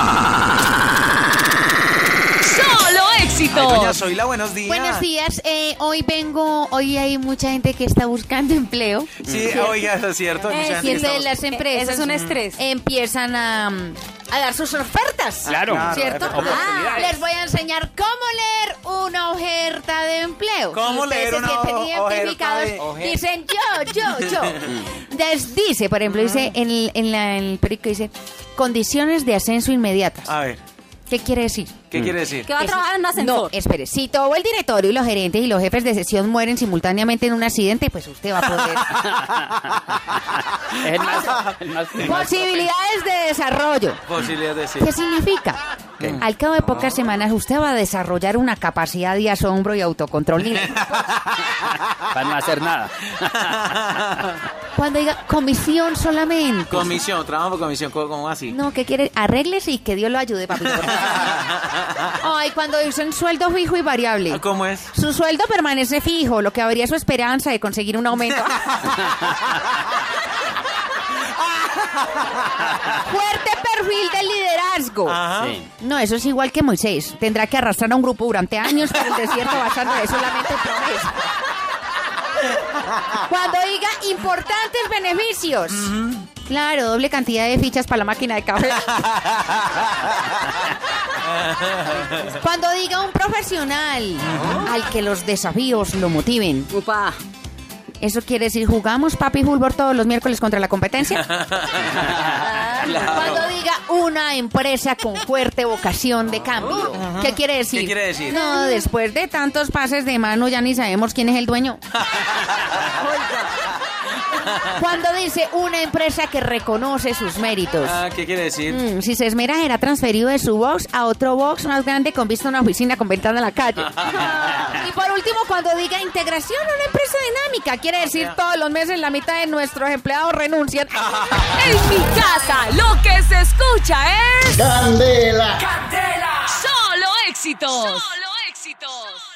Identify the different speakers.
Speaker 1: Candela.
Speaker 2: ¡Solo éxito!
Speaker 3: Ay, doña Zoila, buenos días.
Speaker 4: Buenos días, eh, hoy vengo, hoy hay mucha gente que está buscando empleo.
Speaker 3: Sí, ah, oiga, eso es cierto. mucha gente
Speaker 4: Y
Speaker 3: está-
Speaker 4: entonces Eh, las empresas
Speaker 2: Eh, Eso es un estrés.
Speaker 4: empiezan a, mm, a dar sus ofertas.
Speaker 5: Claro.
Speaker 4: Ah, ¿Cierto? Ah,
Speaker 3: oportunidades.
Speaker 4: les voy a enseñar cómo leer una oferta de empleo.
Speaker 3: ¿Cómo
Speaker 4: Si ustedes
Speaker 3: leer una
Speaker 4: se sienten
Speaker 3: o-
Speaker 4: identificados,
Speaker 3: oferta de-
Speaker 4: Dicen yo, yo, yo. Des- dice, por ejemplo,
Speaker 3: Ah.
Speaker 4: dice en el, en la- en el periódico dice condiciones de ascenso inmediatas.
Speaker 3: A ver,
Speaker 4: ¿Qué quiere decir?
Speaker 3: ¿qué quiere decir?
Speaker 2: Que va a
Speaker 4: Eso-
Speaker 2: trabajar en un
Speaker 4: No,
Speaker 2: ascensor.
Speaker 4: espere, si todo el directorio y los gerentes y los jefes de sesión mueren simultáneamente en un accidente, pues usted va a poder.
Speaker 5: Es el más, el más- el más-
Speaker 4: Posibilidades de desarrollo.
Speaker 3: Posibilidad de decir.
Speaker 4: ¿Qué significa? Al cabo de pocas semanas usted va a desarrollar una capacidad de asombro y autocontrol. Y
Speaker 5: Para no hacer nada.
Speaker 4: Cuando diga comisión solamente.
Speaker 3: Comisión, trabajo por comisión, ¿cómo cómo así?
Speaker 4: no, ¿qué quiere? Arréglese y que Dios lo ayude, papi. Ay, cuando dicen sueldo fijo y variable.
Speaker 3: Ah, ¿Cómo es?
Speaker 4: Su sueldo permanece fijo, lo que habría su esperanza de conseguir un aumento. Fuerte perfil de liderazgo.
Speaker 3: Ajá.
Speaker 5: Sí.
Speaker 4: No, eso es igual que Moisés. Tendrá que arrastrar a un grupo durante años por el desierto basándose solamente en promesas. Cuando diga importantes beneficios. Claro, doble cantidad de fichas para la máquina de café. Cuando diga un profesional al que los desafíos lo motiven.
Speaker 2: eh, Upa.
Speaker 4: Eso quiere decir, ¿jugamos papi fútbol todos los miércoles contra la competencia? Ah, Cuando diga una empresa con fuerte vocación de cambio, ¿qué quiere
Speaker 3: Oh.
Speaker 4: decir?
Speaker 3: ¿Qué quiere decir?
Speaker 4: No, después de tantos pases de mano ya ni sabemos quién es el dueño. Cuando dice una empresa que reconoce sus méritos.
Speaker 3: Ah, ¿Qué quiere decir?
Speaker 4: Mm, si se esmera, será transferido de su box a otro box más grande con vista a una oficina con ventana a la calle. y por último, cuando diga integración a una empresa dinámica, quiere decir todos los meses la mitad de nuestros empleados renuncian.
Speaker 2: En mi casa, lo que se escucha es.
Speaker 6: Candela.
Speaker 2: ¡Solo éxitos! ¡Solo éxitos!